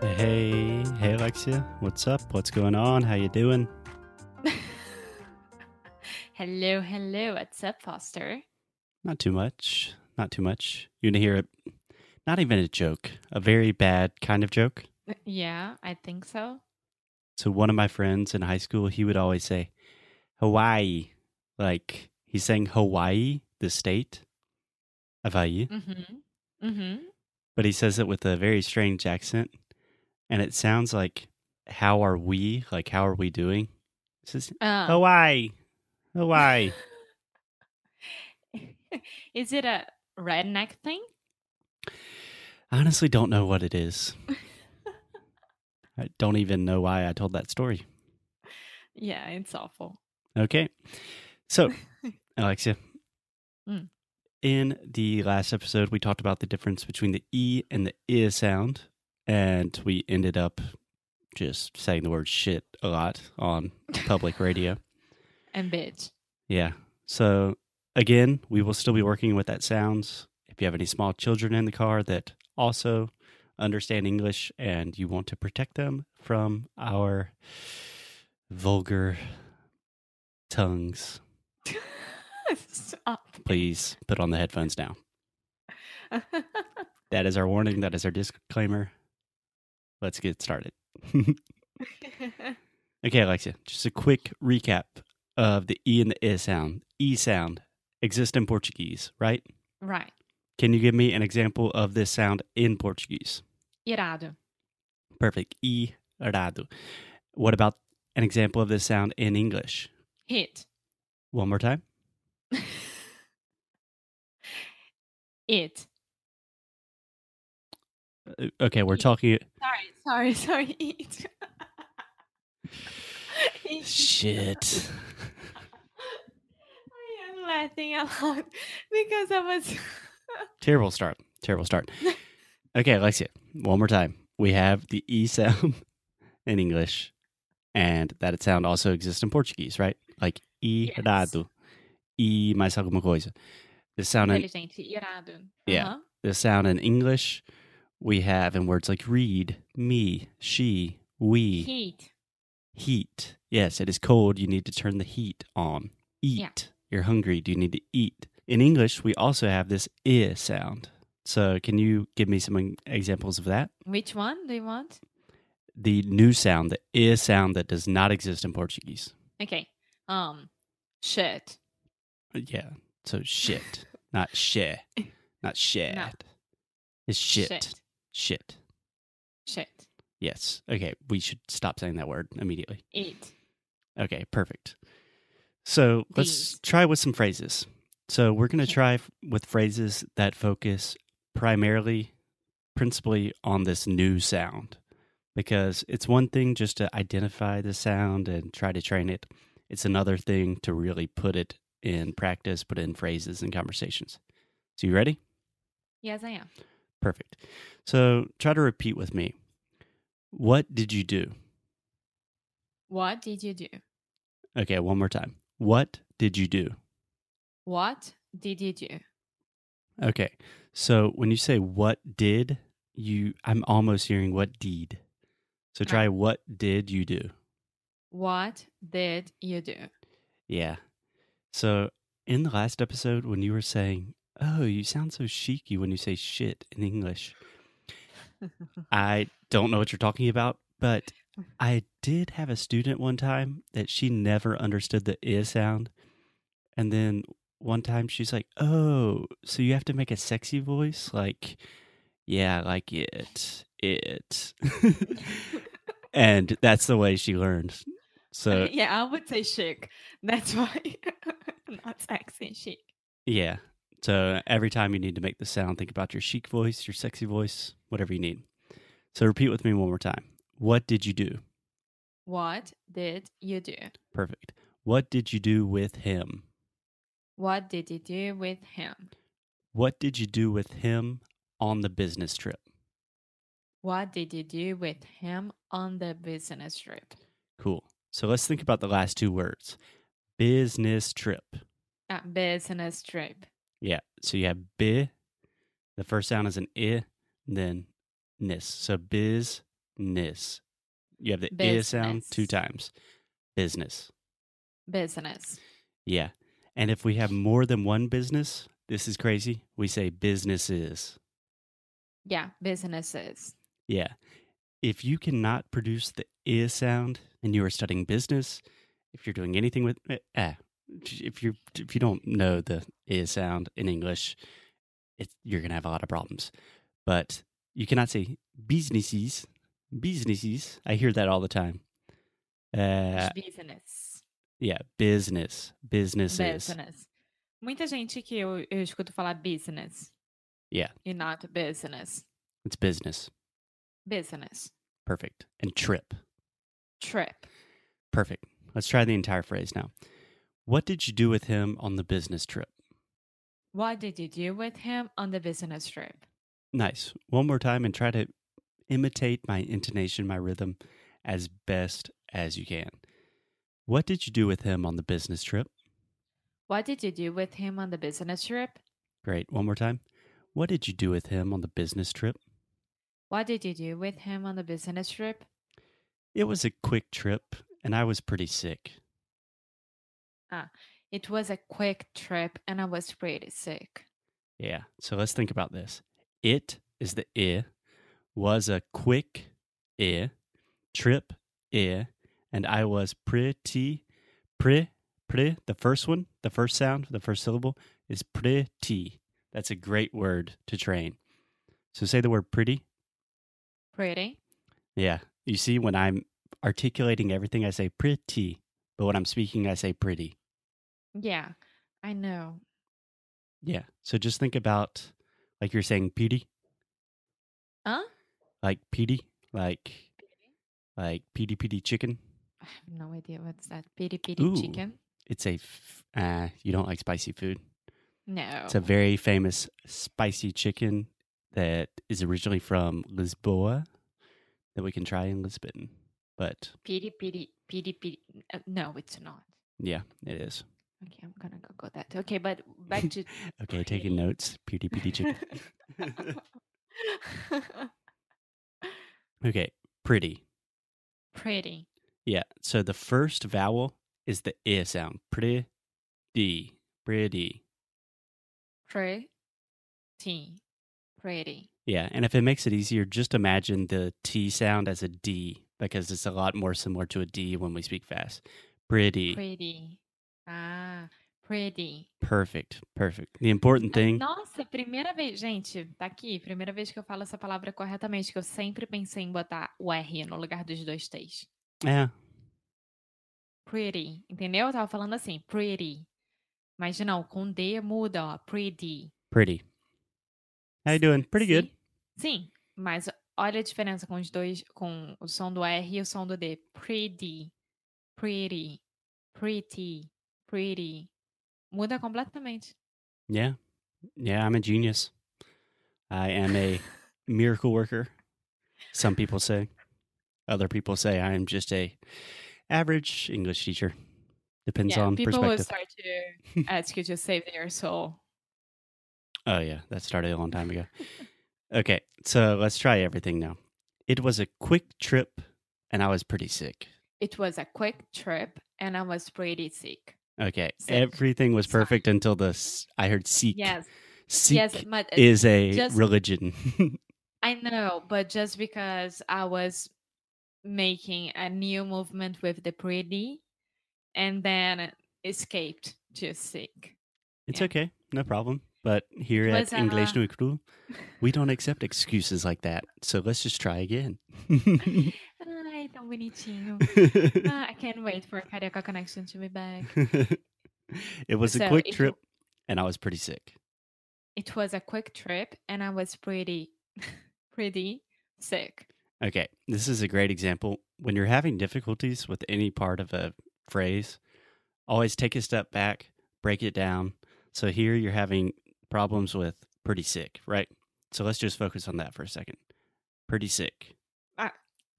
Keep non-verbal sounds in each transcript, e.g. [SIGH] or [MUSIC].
Hey, hey Alexia, what's up? What's going on? How you doing? Hello, hello. What's up, Foster? Not too much. Not too much. You're gonna hear it. Not even a joke. A very bad kind of joke. Uh, Yeah, I think so. So one of my friends in high school, he would always say Hawaii. Like he's saying Hawaii, the state of Hawaii, Mm-hmm. Mm-hmm. but he says it with a very strange accent. And it sounds like how are we? Like how are we doing? It says Uh, Hawaii. Hawaii. [LAUGHS] Is it a redneck thing? I honestly don't know what it is. I don't even know why I told that story. Yeah, it's awful. Okay. So, Alexia, Mm. in the last episode, we talked about the difference between the E and the I sound, and we ended up just saying the word shit a lot on public radio. And bitch. Yeah. So, again, we will still be working with that sounds. If you have any small children in the car that also understand English and you want to protect them from our vulgar tongues, [LAUGHS] Stop. [LAUGHS] please put on the headphones now. That is our warning. That is our disclaimer. Let's get started. Okay, Alexia, just a quick recap of the E and the I sound. E sound exist in Portuguese, right? right. Can you give me an example of this sound in Portuguese? Irado. Perfect. Irado. What about an example of this sound in English? Hit. One more time. It. Uh, Okay, we're talking. Sorry, sorry, sorry. [LAUGHS] It. It. Shit. I am laughing a lot [LAUGHS] because I was. [LAUGHS] Terrible start. Terrible start. Okay, Alexia, one more time. We have the E sound [LAUGHS] in English, and that sound also exists in Portuguese, right? Like irado. E mais alguma coisa. This sound in Inteligente, irado. Yeah. Uh-huh. the sound in English we have in words like read, me, she, we, Heat. heat. Yes, it is cold. You need to turn the heat on. Eat. Yeah. You're hungry. Do you need to eat? In English, we also have this I sound. So, can you give me some examples of that? Which one do you want? The new sound, the I sound that does not exist in Portuguese. Okay. Um, shit. Yeah. So, [LAUGHS] shit, not shit, not shit. It's shit. Shit. Shit. Shit. Yes. Okay. We should stop saying that word immediately. Eat. Okay, perfect. So let's Please. try with some phrases. So we're going to Okay. try f- with phrases that focus primarily, principally on this new sound, because it's one thing just to identify the sound and try to train it. It's another thing to really put it in practice, put it in phrases and conversations. So you ready? Yes, I am. Perfect. So try to repeat with me. What did you do? What did you do? Okay, one more time. What did you do? What did you do? Okay. So when you say what did you I'm almost hearing what deed. So Right. try what did you do? What did you do? Yeah. So in the last episode when you were saying, "Oh, you sound so cheeky when you say shit in English." I don't know what you're talking about, but I did have a student one time that she never understood the i sound. And then one time she's like, "Oh, so you have to make a sexy voice like yeah, like it. It." [LAUGHS] and that's the way she learned. [LAUGHS] So, yeah, I would say chic. That's why. Not sexy chic. yeah. So every time you need to make the sound, think about your chic voice, your sexy voice, whatever you need. So repeat with me one more time. What did you do? What did you do? Perfect. What did you do with him? What did you do with him? What did you do with him on the business trip? What did you do with him on the business trip? Cool. So let's think about the last two words business trip. Uh, business trip. Yeah. So you have bi. The first sound is an i, and then nis. So biz nis. You have the i sound two Business. times. Business. Business. Yeah. And if we have more than one business, this is crazy. We say businesses. Yeah, businesses. Yeah. If you cannot produce the i sound and you are studying business, if you're doing anything with eh, eh, if you if you don't know the i sound in English, it, you're gonna have a lot of problems. But you cannot say businesses, businesses. I hear that all the time. Uh, business. yeah, business, businesses. Business. Muita gente que eu, eu escuto falar business. Yeah. E not business. It's business. Business. Perfect. And trip. Trip. Perfect. Let's try the entire phrase now. What did you do with him on the business trip? What did you do with him on the business trip? Nice. One more time and try to imitate my intonation, my rhythm as best as you can. What did you do with him on the business trip? What did you do with him on the business trip? Great. One more time. What did you do with him on the business trip? What did you do with him on the business trip? It was a quick trip and I was pretty sick. It was a quick trip and I was pretty sick. Yeah. So let's think about this. It is the i, was a quick i, trip i, and I was pretty, pre, pre. The first one, the first sound, the first syllable is pretty. That's a great word to train. So say the word pretty. Pretty? Yeah. You see, when I'm articulating everything, I say pretty, but when I'm speaking, I say pretty. Yeah, I know. Yeah. So just think about like you're saying Petey. Huh? Like Petey. Like like Petey Petey chicken. I have no idea what's that. Piri piri Ooh. chicken? It's a f- uh, you don't like spicy food. No. It's a very famous spicy chicken that is originally from Lisboa that we can try in Lisbon. But piri piri piri piri. Uh, no, it's not. yeah, it is. Okay, I'm gonna Google that. Okay, but back to [LAUGHS] Okay, taking Pretty. notes. Petey Petey [LAUGHS] chicken. okay, pretty. pretty. Yeah. So the first vowel is the i sound. Pretty, pretty. Pretty. Pretty. Yeah. And if it makes it easier, just imagine the t sound as a d because it's a lot more similar to a d when we speak fast. Pretty. Pretty. Ah, pretty. Perfect. Perfect. The important thing. Nossa, primeira vez, gente, tá aqui. Primeira vez que eu falo essa palavra corretamente, que eu sempre pensei em botar o R no lugar dos dois T's. Yeah. Pretty, entendeu? Eu tava falando assim, pretty. Mas não, com D muda, ó, pretty. Pretty. How you doing? Pretty good. Sim. Sim, mas olha a diferença com os dois, com o som do R e o som do D. Pretty, pretty, pretty, pretty. Muda completamente. Yeah. Yeah. I'm a genius. I am [LAUGHS] a miracle worker. Some people say. Other people say I am just a average English teacher. Depends Yeah, on people will perspective. start to [LAUGHS] ask you to save their soul. Oh yeah, that started a long time ago. okay, so let's try everything now. It was a quick trip, and I was pretty sick. It was a quick trip and I was pretty sick. Okay, Sick. everything was Sorry. perfect until the s- I heard seek. Yes, Seek yes, but uh, is a just- religion. [LAUGHS] I know, but just because I was making a new movement with the pretty and then escaped to sick. it's Yeah. okay, no problem. But here It at was, uh, English Nui Cru, we [LAUGHS] don't accept excuses like that. So let's just try again. [LAUGHS] Ai, tão bonitinho. Ah, I can't wait for Carioca Connection to be back. it was a So quick if you- trip, and I was pretty sick. It was a quick trip and I was pretty, [LAUGHS] pretty sick. Okay, this is a great example. When you're having difficulties with any part of a phrase, always take a step back, break it down. So here you're having problems with pretty sick, right? So let's just focus on that for a second. Pretty sick.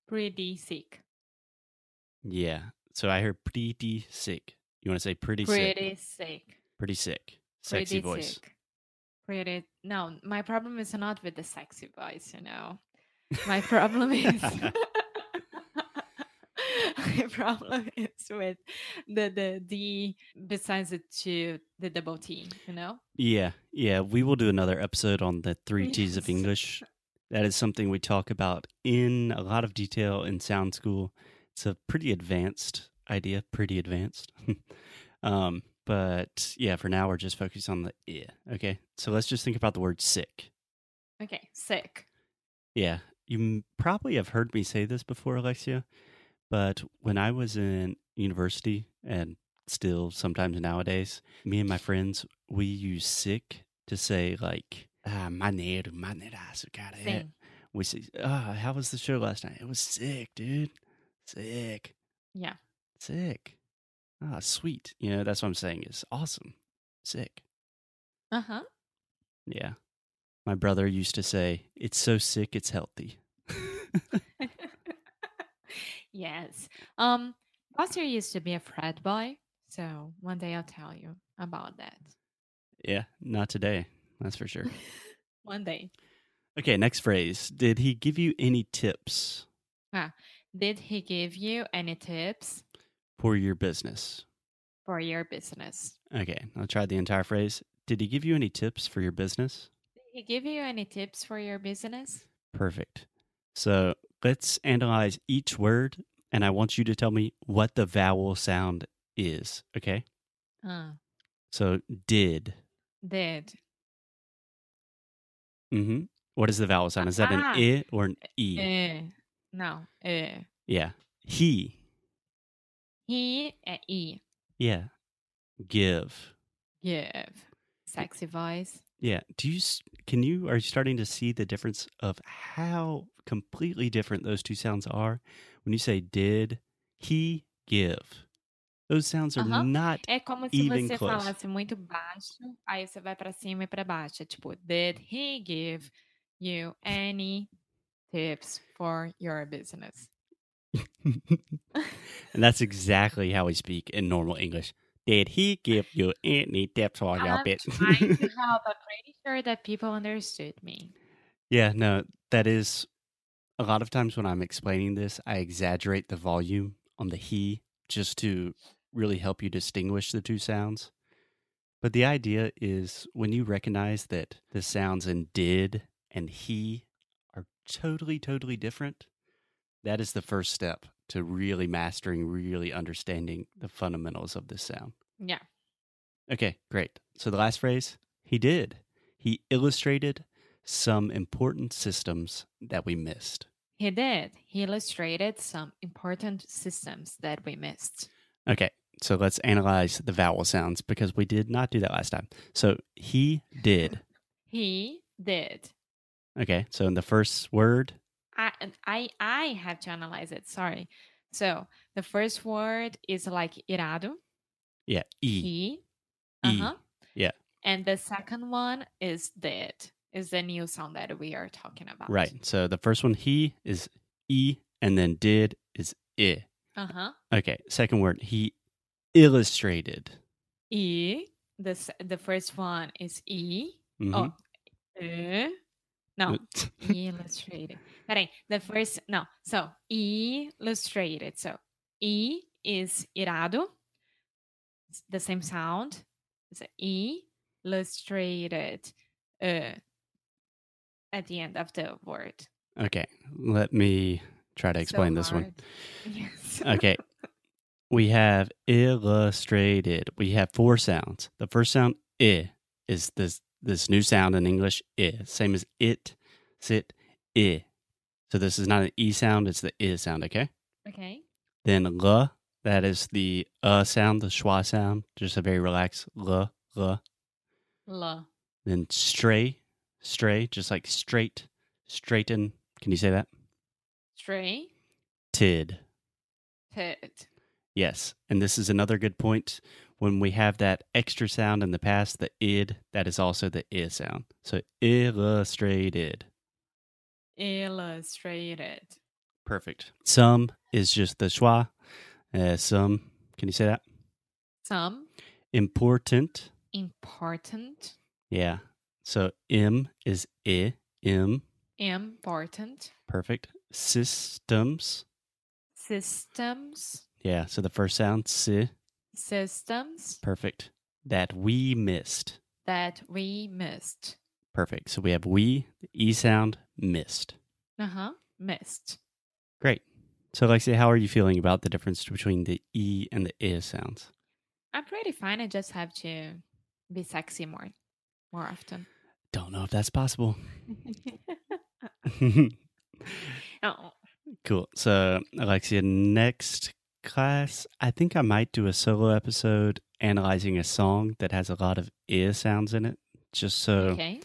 Pretty sick. Yeah. So I heard pretty sick. You want to say pretty, sick? Pretty sick. Pretty sick. Sexy pretty voice. Sick. Pretty. No, my problem is not with the sexy voice, you know. [LAUGHS] My problem is. [LAUGHS] my problem is with the the D besides the two the double T, you know. Yeah, yeah. We will do another episode on the three T's of Yes. English. That is something we talk about in a lot of detail in sound school. It's a pretty advanced idea, pretty advanced. [LAUGHS] um, but yeah, for now we're just focused on the yeah. Okay, so let's just think about the word sick. Okay, sick. Yeah, you m- probably have heard me say this before, Alexia, but when I was in university and still sometimes nowadays, me and my friends, we use sick to say like, ah, maneiro, maneiraço, cara. Yeah. Sim. We say, ah, how was the show last night? It was sick, dude. Sick. Yeah. Sick. Ah, sweet. You know, that's what I'm saying is awesome. Sick. Uh huh. Yeah. My brother used to say, it's so sick, it's healthy. [LAUGHS] [LAUGHS] yes. Um, Buster used to be a frat boy, so one day I'll tell you about that. Yeah, not today. That's for sure. [LAUGHS] one day. Okay, next phrase. Did he give you any tips Did he give you any tips for your business? for your business? Okay, I'll try the entire phrase. Did he give you any tips for your business? Did he give you any tips for your business? Perfect. So let's analyze each word, and I want you to tell me what the vowel sound is. Okay? Uh, So, did. did. Mm-hmm. What is the vowel sound? Is that an Ah. I or an E? Eh, não. eh. Yeah. He. He é E. Yeah. Give. Give. Sexy voice. Yeah. Do you s- can you are you starting to see the difference of how completely different those two sounds are when you say did he give? Those sounds are Uh-huh. [LAUGHS] not [LAUGHS] É como se Even você close. falasse muito baixo, aí você vai pra cima e pra baixo. É tipo, did he give you any tips for your business? and that's exactly how we speak in normal English. Did he give you any tips on your I'm bit? [LAUGHS] trying to help. I'm pretty sure that people understood me. yeah, no, that is a lot of times when I'm explaining this, I exaggerate the volume on the he just to really help you distinguish the two sounds. But the idea is when you recognize that the sounds in did and he are totally, totally different, that is the first step to really mastering, really understanding the fundamentals of this sound. Yeah. Okay, great. So the last phrase, he did. He illustrated some important systems that we missed. He did. He illustrated some important systems that we missed. Okay, so let's analyze the vowel sounds because we did not do that last time. So he did. He did. Okay, so in the first word, I and I I have to analyze it. Sorry. So the first word is like irado. yeah, e. He. E, Uh-huh. yeah. And the second one is did. Is the new sound that we are talking about. Right. So the first one, he, is e, and then did is i. Uh-huh. Okay, second word, he illustrated. E. The s- the first one is E. Mhm. Oh. E. No. E illustrated. Peraí, the first no. So E illustrated. So e is irado. It's the same sound. It's a e illustrated uh, at the end of the word. [LAUGHS] okay, let me try to So explain this one. Uh, hard. [LAUGHS] Yes. Okay. We have illustrated. We have four sounds. The first sound i is this this new sound in English i, same as it, sit, i. So this is not an e sound, it's the i sound, okay? okay. Then l, that is the uh sound, the schwa sound, just a very relaxed l, l. La. Then stray, stray, just like straight, straighten. Can you say that? Stray. Tid. Tit. Yes. And this is another good point. When we have that extra sound in the past, the id, that is also the i sound. So illustrated. Illustrated. Perfect. Some is just the schwa. Uh, some, can you say that? Some Important. important. Yeah. So m is i, m. Important. Perfect. Systems. Systems. Yeah. So the first sound, si. Systems Perfect. That we missed. that we missed. Perfect. So we have we, the e sound, missed. Uh huh. Missed. Great. So, Lexi, how are you feeling about the difference between the e and the i sounds? I'm pretty fine. I just have to be sexy more, more [LAUGHS] often. Don't know if that's possible. oh, [LAUGHS] cool. So, Alexia, next class, I think I might do a solo episode analyzing a song that has a lot of i sounds in it, just so. okay.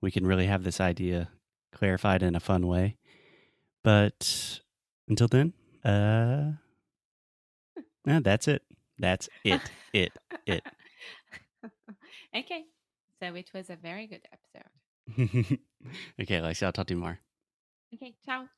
we can really have this idea clarified in a fun way. But until then, [LAUGHS] uh, no, that's it. That's it. it. It. [LAUGHS] okay. So it [LAUGHS] was a very good episode. okay, Lexi, I'll talk to you more. Okay. Ciao.